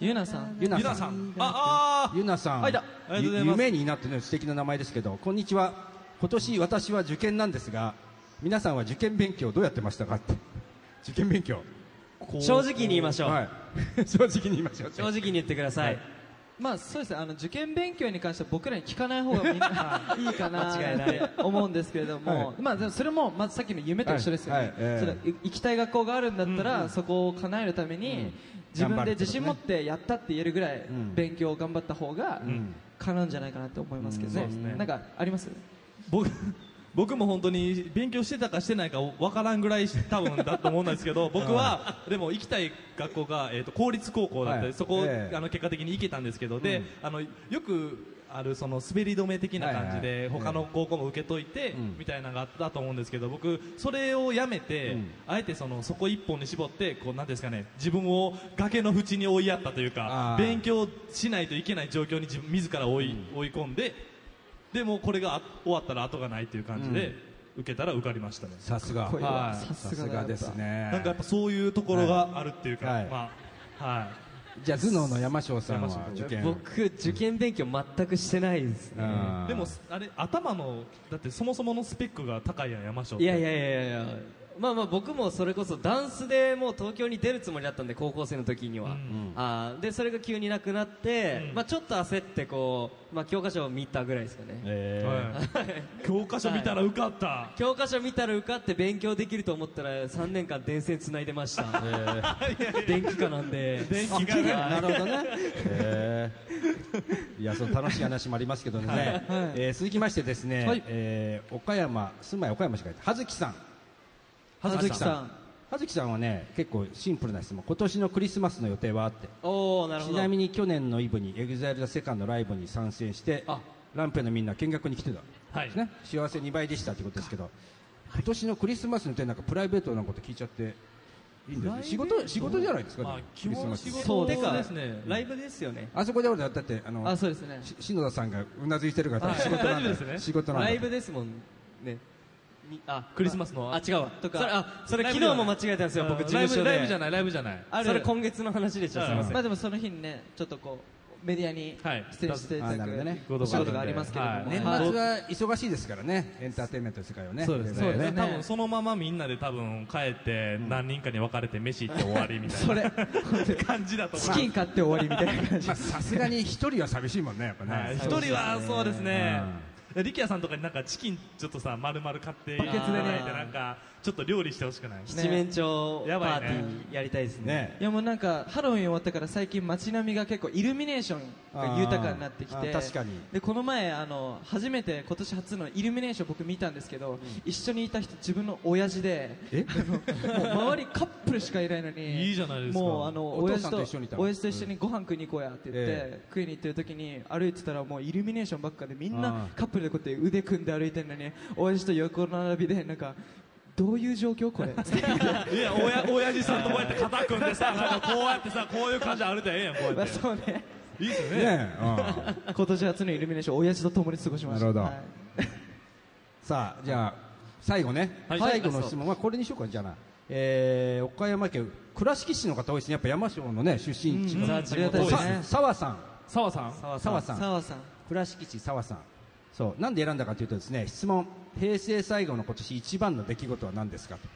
ゆなさんゆなゆなささんんああゆなさんあいたありがとうございます夢になってね素敵な名前ですけどこんにちは今年私は受験なんですが皆さんは受験勉強どうやってましたかって受験勉強正直に言いましょう、はい (laughs) 正直に言いましょう正直に言ってください、まあそうですねあの受験勉強に関しては僕らに聞かない方がみんないいかな間違いないって思うんですけれども、はまあでもそれもまずさっきの夢と一緒ですよね、はいはいええそれい行きたい学校があるんだったら、そこを叶えるために、自分で自信持ってやったって言えるぐらいん勉強を頑張った方が叶うんじゃないかなって思いますけどね,、うんそうですねなんかあります僕僕も本当に勉強してたかしてないかわからんぐらい多分だと思うんです (laughs) けど僕はでも行きたい学校が、えー、と公立高校だったり、はいそこ、ええあの結果的に行けたんですけどで、あのよくあるその滑り止め的な感じで、はいはい他の高校も受けといて、んみたいなのがあったと思うんですけど僕それをやめて、うんあえてそのそこ一本に絞ってこうなんですかね自分を崖の淵に追いやったというあかー勉強しないといけない状況に自分自ら追い,、追い込んででもうこれがあ終わったら後がないという感じで、受けたら受かりましたねさすがこういうのははいささすすがだがやっぱですねなんかやっぱそういうところがあるっていうか、はいまあはいじゃあ頭脳の山椒さんは山椒受験僕受験勉強全くしてないですねうんでもあれ頭のだってそもそものスペックが高いやん山椒っていやいやいやいやまあまあ僕もそれこそダンスでもう東京に出るつもりだったんで高校生の時には、うんあーでそれが急になくなって、うんまあ、ちょっと焦ってこう、まあ、教科書を見たぐらいですかね、えーはい、教科書見たら受かった、教科書見たら受かって勉強できると思ったら3年間電線つないでました、電気科なんで電気がなるほどね。へえいや、その楽しい話もありますけどね。えー続きましてですね、はいえー岡山、住まい岡山市から、はずきさん。葉月さんはずきさんはね、結構シンプルな質問。今年のクリスマスの予定はって。おおなるほちどなみに去年のイブに EXILE のセカンドライブに参戦してあ、ランペのみんな見学に来てた。はいね、幸せ2倍でしたってことですけど、今年のクリスマスの予定なんかプライベートなこと聞いちゃって、いいんですね。仕事、仕事じゃないですか、まあでも基本仕って事てかですねライブですよねあそこで俺だってあのあそうですねし篠田さんがうなずいてるから仕事なん大だよ丈夫ですね仕事なんだラよイブですもんねにあクリスマスのあ違うわとかそれあそれライブ昨では日も間違えたんですよ僕事務所ライでブライブじゃないライブじゃないあるそれ今月の話でしたすいませんまあでもその日にねちょっとこうメディアにはい出演していただあなるほどねくお仕事がありますけれども、はい年末は忙しいですからねエンターテインメントの世界はねそうですねそうですね多分そのままみんなで多分帰って何人かに分かれて飯行って終わりみたいなそ (laughs) れ感じだと思チキン買って終わりみたいな感じまあさすがに一人は寂しいもんねやっぱうはいね一人はそうですね力也さんとかになんかチキンちょっとさ丸々買っていただいてバケツでねなんかちょっと料理してほしくない七面鳥パやばーいテねィーやりたいですねねいやもうなんかハロウィン終わったから最近街並みが結構イルミネーションが豊かになってきあてー確かにでこの前あの初めて今年初のイルミネーション僕見たんですけど、一緒にいた人自分の親父で (laughs) えもう周りカップルしかいないのにいいじゃないですかもうあのお父親さ父んとと一緒にいたの親父と一緒にご飯食いに行こうやって言って、え食いに行ってる時に歩いてたらもうイルミネーションばっかでみんあなーカップルでこうやって腕組んで歩いてるのに親父と横並びでなんかどういう状況これ (laughs) いや、おや、親父さんとこうやって肩組んでさ、なんかこうやってさ、こういう感じあるでええやん、こうやまあって。そうねいいっすよね。ねうん今年初のイルミネーション親父と共に過ごしましたなるほどはいさあじゃあ最後ね、はい最後の質問はこれにしようかじゃあな、えー、岡山県倉敷市の方多いですねやっぱ山椒のね出身地の、うんさありがたいですね沢さん沢さん。沢さん澤さん倉敷市沢さんそうなんで選んだかというとですね質問平成最後の今年一番の出来事は何ですかと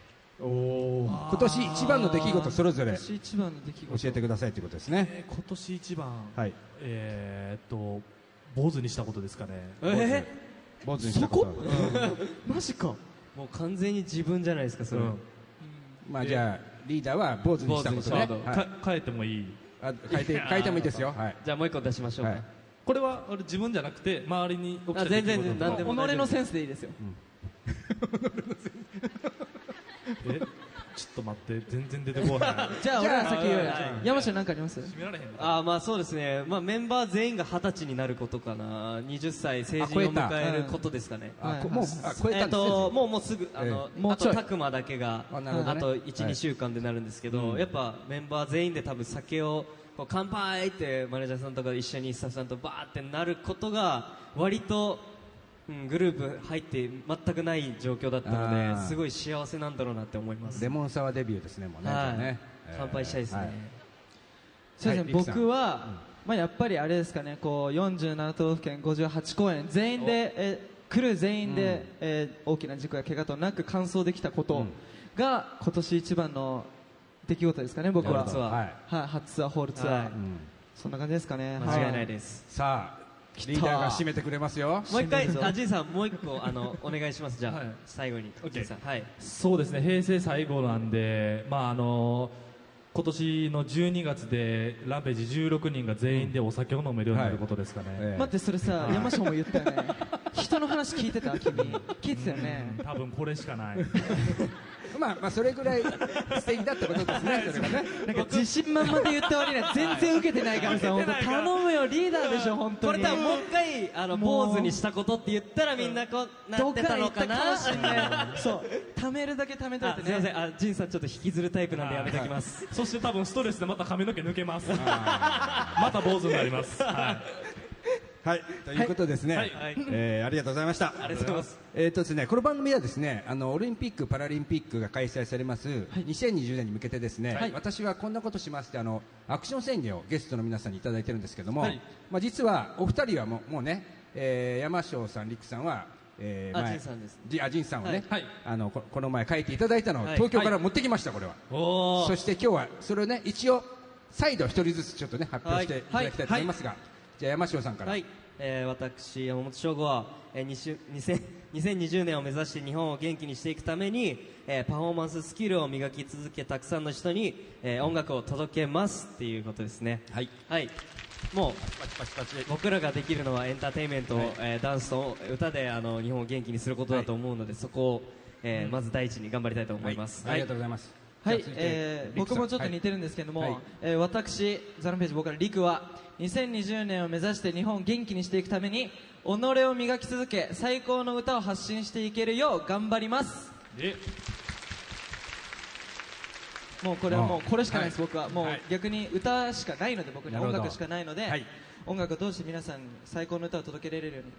今年一番の出来事それぞれ今年一番の出来事教えてくださいということですねえー今年一番、はいえーっと、坊主にしたことですかね。え坊主にしたことはそこマジかもう完全に自分じゃないですかそれ、うんまあじゃあリーダーは坊主にしたことね坊主にしたはいか変えてもいい。あ変えて変えてもいいですよはいじゃあもう一個出しましょうか、はいこれは、あれ自分じゃなくて、周りに起きたあ全然出来事全然何で己も大丈夫のセンスでいいですよえちょっと待って、全然出てこない。じゃあ俺ら先言おはうよいはい山下なんかあります決められへんなあーまあそうですね、まあ、メンバー全員が二十歳になることかな20歳成人を迎えることですかねあはいこもうあ超ええたっんですねともうもうすぐあの、ええもうあちょといたくまだけがあなるほどねと12、はい週間でなるんですけど、やっぱメンバー全員で多分酒をこう乾杯ってマネージャーさんとか一緒にスタッフさんとバーってなることが割と、うん、グループ入って全くない状況だったのあーですごい幸せなんだろうなって思いますレモンサワーデビューですね、もうね。はいじゃあね乾杯したいですね、はそうですはいね、リキさん僕は、まあ、やっぱりあれですかねこう47都道府県58公演全員でえ来る全員で、えー大きな事故や怪我となく完走できたことが、今年一番の出来事ですかね僕なはるほどツアーはいはい、初ツアーホールツアー、はいうんそんな感じですかね間違いないはです、さあ、リーダーが締めてくれますよ。もう一回あじいさんもう一個あのお願いしますじゃあ、はい最後にオッケーじいさんはいそうですね平成最後なんで、まああの今年の12月でランページ16人が全員でお酒を飲めるようになることですかね、ええい待ってそれさ、い山下も言ったよ (laughs) ね人の話聞いてた君聞いてたよね多分これしかない (laughs) まあ、まあ、それぐらい素敵だってことですね、 (laughs) それがね。なんか自信満々で言った割には全然受けてないからさ本当頼むよリーダーでしょ本当これに多分もう一回あのもう坊主にしたことって言ったらみんなこうなどっってかたら行のっかたなかもしれないそう貯めるだけ貯めとい (laughs) あてすいませねんあジンさんちょっと引きずるタイプなんでやめときますそして多分ストレスでまた髪の毛抜けます (laughs) また坊主になります、は (laughs) はい、ということですね。はいはいえーありがとうございました。ありがとうございます。えーとですね、この番組はですね、あのオリンピックパラリンピックが開催されます、2020年に向けてですね、はい私はこんなことしますってあのアクション宣言をゲストの皆さんにいただいてるんですけども、はいまあ実はお二人はもうもうね、えー山椒さん、陸さんは、えあ前仁さんですじあ仁さんはね、はいあのここの前書いていただいたのをはい東京から持ってきました、これは。い、おそして今日はそれをね一応再度一人ずつちょっとね発表していただきたいと思いますが、じゃあ山椒さんから、はい、えー私山本翔吾は、えー、にしゅ2000 2020年を目指して日本を元気にしていくために、えーパフォーマンススキルを磨き続けたくさんの人に、えー音楽を届けますっていうことですねはいはいもう僕らができるのはエンターテインメントを、えーダンスと歌であの日本を元気にすることだと思うので、そこを、えーまず第一に頑張りたいと思います、ありがとうございます、はいじゃあ続いてえーリクさ僕んもちょっと似てるんですけども、はいえー私ザランページボーカルリクは2020年を目指して日本を元気にしていくために己を磨き続け最高の歌を発信していけるよう頑張りますえもうこれはもうこれしかないです、はい僕はもうはい逆に歌しかないので僕になるほ音ど楽しかないので、はい音楽を通して皆さんに最高の歌を届けられるように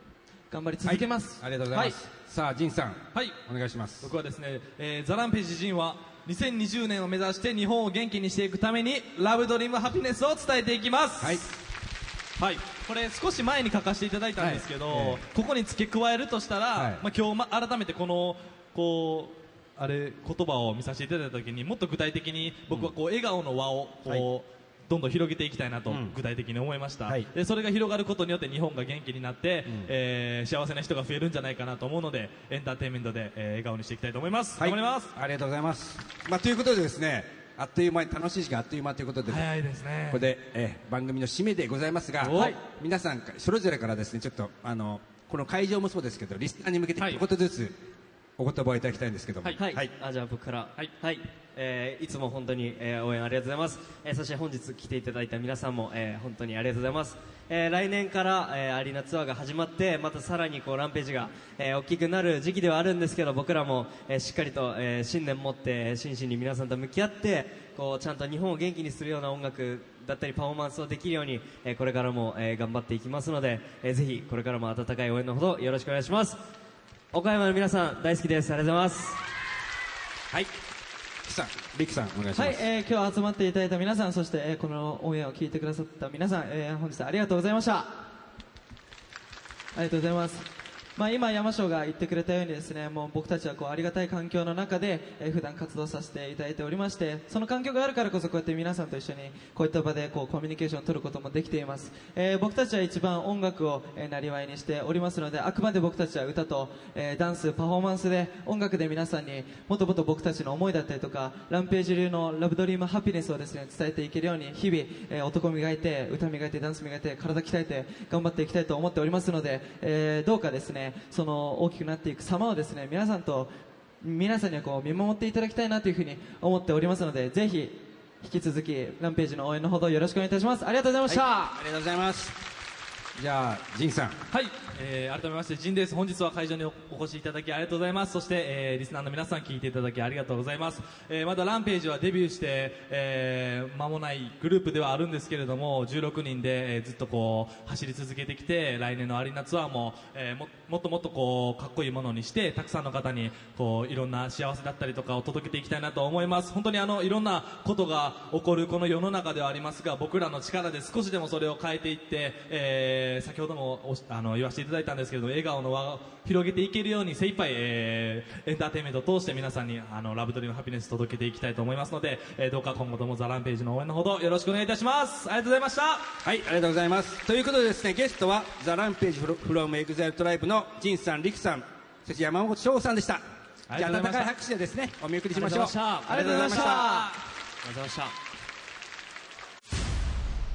頑張り続けます、はいありがとうございます、さあ仁さんはいお願いします僕はですね、えーザランページ人は2020年を目指して日本を元気にしていくためにラブドリームハピネスを伝えていきますはいはい、これ少し前に書かせていただいたんですけど、はいえここに付け加えるとしたら、はいまあ、今日、ま、改めてこのこうあれ言葉を見させていただいた時にもっと具体的に僕はこう、笑顔の輪をこう、はいどんどん広げていきたいなとん具体的に思いました、はいでそれが広がることによって日本が元気になって、えー幸せな人が増えるんじゃないかなと思うのでエンターテインメントで、えー笑顔にしていきたいと思います、はい頑張りますありがとうございますまあということでですねあっという間に楽しい時間あっという間ということで、早いですねここで、えー番組の締めでございますが、おはい皆さんそれぞれからですねちょっとあのこの会場もそうですけどリスナーに向けてはい一言ずつ、お言葉をいただきたいんですけども、はい、あじゃあ僕から、はいえーいつも本当に、えー応援ありがとうございます、えーそして本日来ていただいた皆さんも、えー本当にありがとうございます、えー来年から、えーアリーナツアーが始まってまたさらにこうランページが、えー大きくなる時期ではあるんですけど僕らも、えーしっかりと、えー信念持って真摯に皆さんと向き合ってこうちゃんと日本を元気にするような音楽だったりパフォーマンスをできるように、えーこれからも、えー頑張っていきますので、えーぜひこれからも温かい応援のほどよろしくお願いします岡山の皆さん大好きですありがとうございますはいキさんリクさんお願いします、はい、えー、今日集まっていただいた皆さん、そして、えーこのオンエアを聞いてくださった皆さん、えー本日はありがとうございました。ありがとうございます。まあ、今、山椒が言ってくれたようにですね、もう僕たちはこうありがたい環境の中で、えー普段活動させていただいておりまして、その環境があるからこそこうやって皆さんと一緒にこういった場でこうコミュニケーションを取ることもできています。えー僕たちは一番音楽をえーなりわいにしておりますので、あくまで僕たちは歌と、えーダンス、パフォーマンスで音楽で皆さんにもっともっと僕たちの思いだったりとか、ランページ流のラブドリームハピネスをですね、伝えていけるように日々、えー男磨いて、歌磨いて、ダンス磨いて、体鍛えて、頑張っていきたいと思っておりますので、えーどうかですね、その大きくなっていく様をですね、皆さんと、皆さんにはこう見守っていただきたいなというふうに思っておりますので、ぜひ、引き続き、ランページの応援のほどよろしくお願いいたします。ありがとうございました。ありがとうございますじゃあ仁さんはい、えー改めまして、ジンです。本日は会場におお越しいただきありがとうございます。そして、えーリスナーの皆さん聞いていただきありがとうございます。えーまだランページはデビューして、えー間もないグループではあるんですけれども、16人で、えーずっとこう、走り続けてきて、来年のアリーナツアーも、えーももっともっとこう、かっこいいものにして、たくさんの方に、こう、いろんな幸せだったりとかを届けていきたいなと思います。本当にあの、いろんなことが起こるこの世の中ではありますが、僕らの力で少しでもそれを変えていって、えー先ほどもおしあの言わせていただいたんですけれども、笑顔の輪を広げていけるように精一杯、えーエンターテインメントを通して皆さんに、あの、ラブドリームハピネス届けていきたいと思いますので、えーどうか今後ともザランページの応援のほどよろしくお願いいたします。ありがとうございました。はい、ありがとうございます。ということでですね、ゲストは、ザ・ランページフロフロムエグザイルトライブのジンさん、リクさん、そして山本翔さんでした。あじりゃがあ、温とうございましたかい拍手でですね、お見送りしましょう。ありがとうございました。ありがとうござい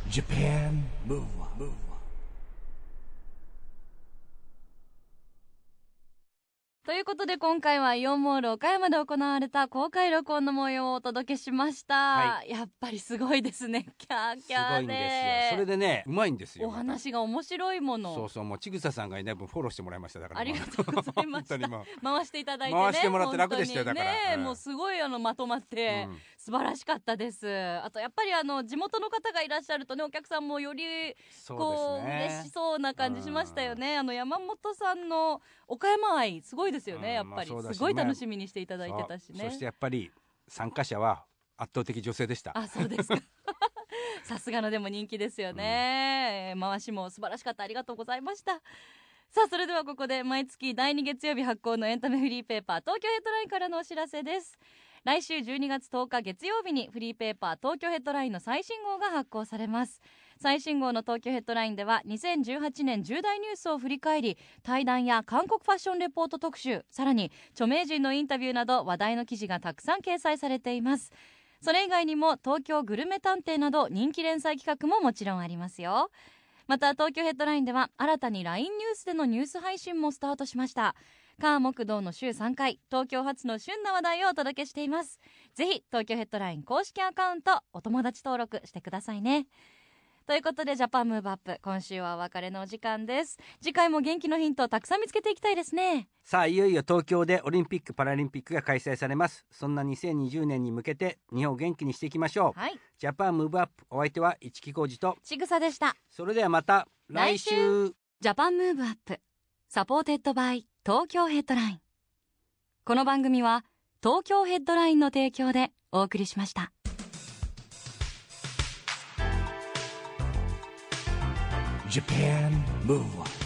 ました。 Japan Move Up, ということで今回はイオンモール岡山で行われた公開録音の模様をお届けしました、はやっぱりすごいですねキャーすキャごーいんでですよそれでねうまいんですよお話が面白いもまたそのうそうもうちぐささんがいない分フォローしてもらいましただからありがとうございました本当にもう回していただいてね回してもらって楽でしたよ本当にだからねうんもうすごいあのまとまって、うん素晴らしかったですあとやっぱりあの地元の方がいらっしゃるとねお客さんもよりそこううで嬉すしねそうな感じしましたよねあの山本さんの岡山愛すごいですよね、うんやっぱり、まあそうだしすごい楽しみにしていただいてそうたしねそしてやっぱり参加者は圧倒的女性でしたあそうですか (laughs) さすがのでも人気ですよね、えー回しも素晴らしかったありがとうございましたさあそれではここで毎月第2月曜日発行のエンタメフリーペーパー東京ヘッドラインからのお知らせです来週12月10日月曜日にフリーペーパー東京ヘッドラインの最新号が発行されます最新号の東京ヘッドラインでは2018年重大ニュースを振り返り対談や韓国ファッションレポート特集さらに著名人のインタビューなど話題の記事がたくさん掲載されていますそれ以外にも東京グルメ探偵など人気連載企画ももちろんありますよまた東京ヘッドラインでは新たに LINE ニュースでのニュース配信もスタートしましたカー木道の週3回東京発の旬な話題をお届けしていますぜひ東京ヘッドライン公式アカウントお友達登録してくださいねということでジャパンムーブアップ今週はお別れのお時間です次回も元気のヒントをたくさん見つけていきたいですねさあいよいよ東京でオリンピック・パラリンピックが開催されますそんな2020年に向けて日本を元気にしていきましょう、はいジャパンムーブアップお相手は市木浩二とちぐさでしたそれではまた来週来ジャパンムーブアップサポーテッドバイ東京ヘッドラインこの番組は東京ヘッドラインの提供でお送りしました「 Japan Move Up.